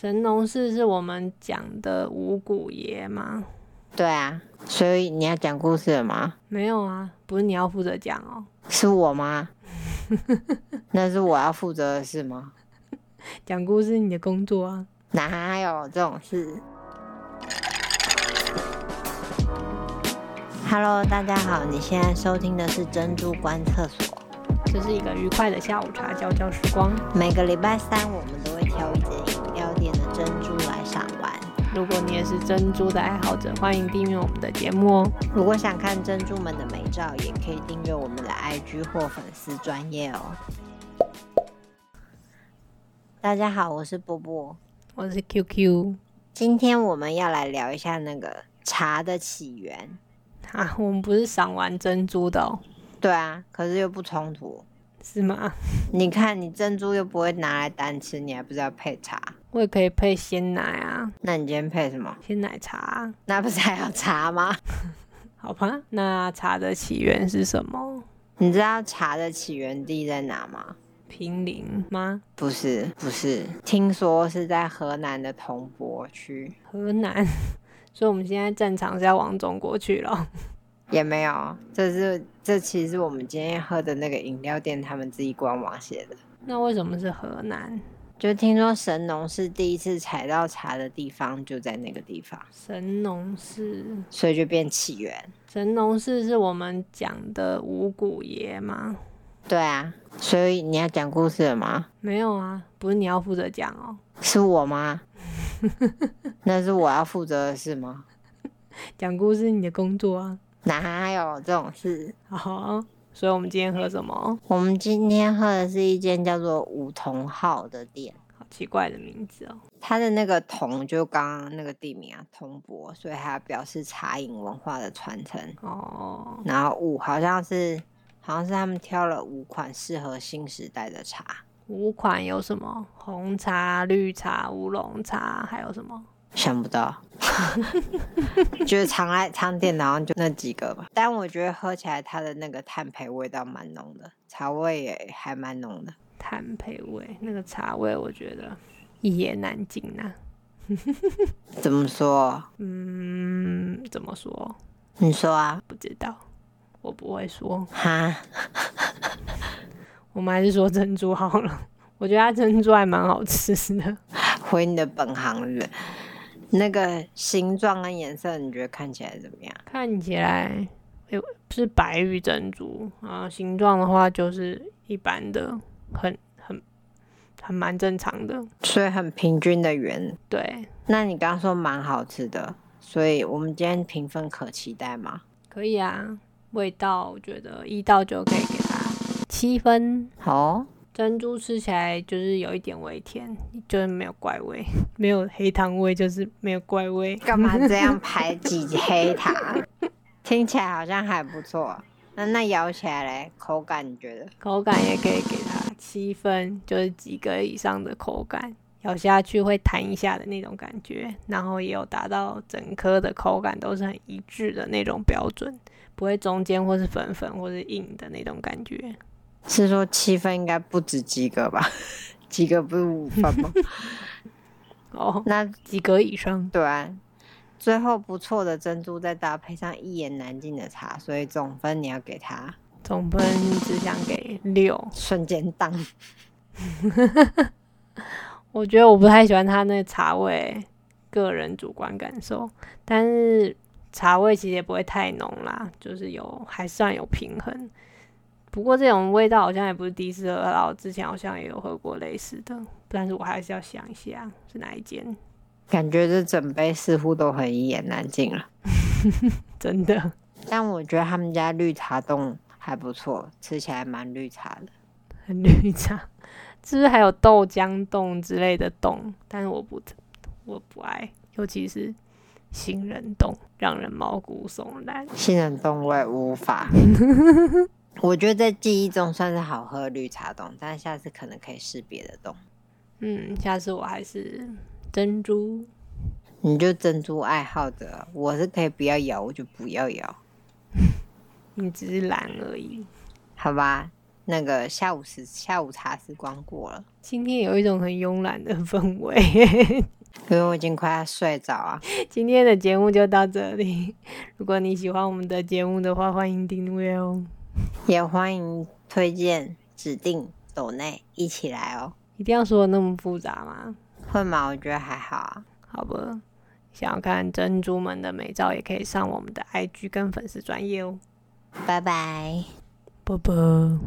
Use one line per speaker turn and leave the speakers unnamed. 神农氏是我们讲的五谷爷吗？
对啊，所以你要讲故事了吗？
没有啊，不是你要负责讲哦。
是我 吗？那是我要负责的事吗？
讲故事是你的工作啊。
哪有这种事？Hello，大家好，你现在收听的是珍珠观厕所。
这是一个愉快的下午茶交交时光。
每个礼拜三，我们都会挑一支饮料店的珍珠来赏玩。
如果你也是珍珠的爱好者，欢迎订阅我们的节目哦。
如果想看珍珠们的美照，也可以订阅我们的 IG 或粉丝专业哦。大家好，我是波波。
我是 QQ
今天我们要来聊一下那个茶的起源。
啊，我们不是赏玩珍珠的、哦，
对啊，可是又不冲突。
是吗？
你看，你珍珠又不会拿来单吃，你还不是要配茶？
我也可以配鲜奶啊，
那你今天配什么？
鲜奶茶啊，
那不是还有茶吗？
好吧。那茶的起源是什么？
你知道茶的起源地在哪吗？
平陵吗？
不是，不是，听说是在河南的铜柏区，
河南， 所以我们现在战场是要往中国去了。哦
也没有，这是这其实是我们今天喝的那个饮料店他们自己官网写的，
那为什么是河南？
就听说神农氏第一次采到茶的地方就在那个地方，
神农氏，
所以就变起源。
神农氏是我们讲的五谷爷吗？
对啊，所以你要讲故事了吗？
没有啊，不是你要负责讲哦。
是我吗？那是我要负责的事吗？
讲故事是你的工作啊。
哪有这种事？
好啊，所以我们今天喝什么？
我们今天喝的是一间叫做梧桐号的店，
好奇怪的名字哦。
它的那个桐就刚刚那个地名啊，桐柏，所以它表示茶饮文化的传承。
哦，
然后五好像是好像是他们挑了五款适合新时代的茶，
五款有什么？红茶、绿茶、乌龙茶，还有什么？
想不到， 觉得常来常点的好像就那几个吧。但我觉得喝起来它的那个炭焙味道蛮浓的，茶味也还蛮浓的。
炭焙味，那个茶味，我觉得一言难尽啊呐、
怎么说？
嗯，怎么说？
你说啊？
不知道，我不会说。
哈？
我们还是说珍珠好了。我觉得它珍珠还蛮好吃的。
回你的本行是不是那个形状跟颜色，你觉得看起来怎么样？
看起来诶是白玉珍珠啊，形状的话就是一般的，很很很蛮正常的。
所以很平均的圆。
对，
那你刚刚说蛮好吃的，所以我们今天评分可期待吗？
可以啊。味道我觉得一到九可以给它七分。
哦，
珍珠吃起来就是有一点微甜，就是没有怪味，没有黑糖味，就是没有怪味。
干嘛这样排挤黑 糖？听起来好像还不错。那那咬起来嘞，口感你觉得？
口感也可以给它七分，就是及格以上的口感，咬下去会弹一下的那种感觉，然后也有达到整颗的口感都是很一致的那种标准，不会中间或是粉粉或是硬的那种感觉。
是说七分应该不止及格吧？ 及格不是五分 吗？
哦，
那
及格以上，
对啊、最后不错的珍珠再搭配上一言难尽的茶，所以总分你要给它
总分只想给六。
瞬间荡。
我觉得我不太喜欢它那茶味，个人主观感受。但是茶味其实也不会太浓啦，就是有还算有平衡。不过这种味道好像也不是第一次喝到，我之前好像也有喝过类似的，但是我还是要想一下是哪一间。
感觉这整杯似乎都很一言难尽了。
真的，
但我觉得他们家绿茶冻还不错，吃起来蛮绿茶的。
很绿茶，是不是还有豆浆冻之类的冻？但是我不，我不爱，尤其是杏仁冻，让人毛骨悚然。
杏仁冻我也无法。我觉得在记忆中算是好喝的绿茶冻，但下次可能可以试别的冻。
嗯，下次我还是珍珠。
你就珍珠爱好者，我是可以不要咬，我就不要咬，
你只是懒而已。
好吧？那个下午时下午茶时光过了，
今天有一种很慵懒的氛围。
因为我已经快要睡着啊。
今天的节目就到这里，如果你喜欢我们的节目的话，欢迎订阅哦，
也欢迎推荐、指定、抖内一起来哦。
一定要说的那么复杂吗？
会吗？我觉得还好啊。
好吧，想要看珍珠们的美照，也可以上我们的 IG 跟粉丝专业哦。
拜拜。
啵啵。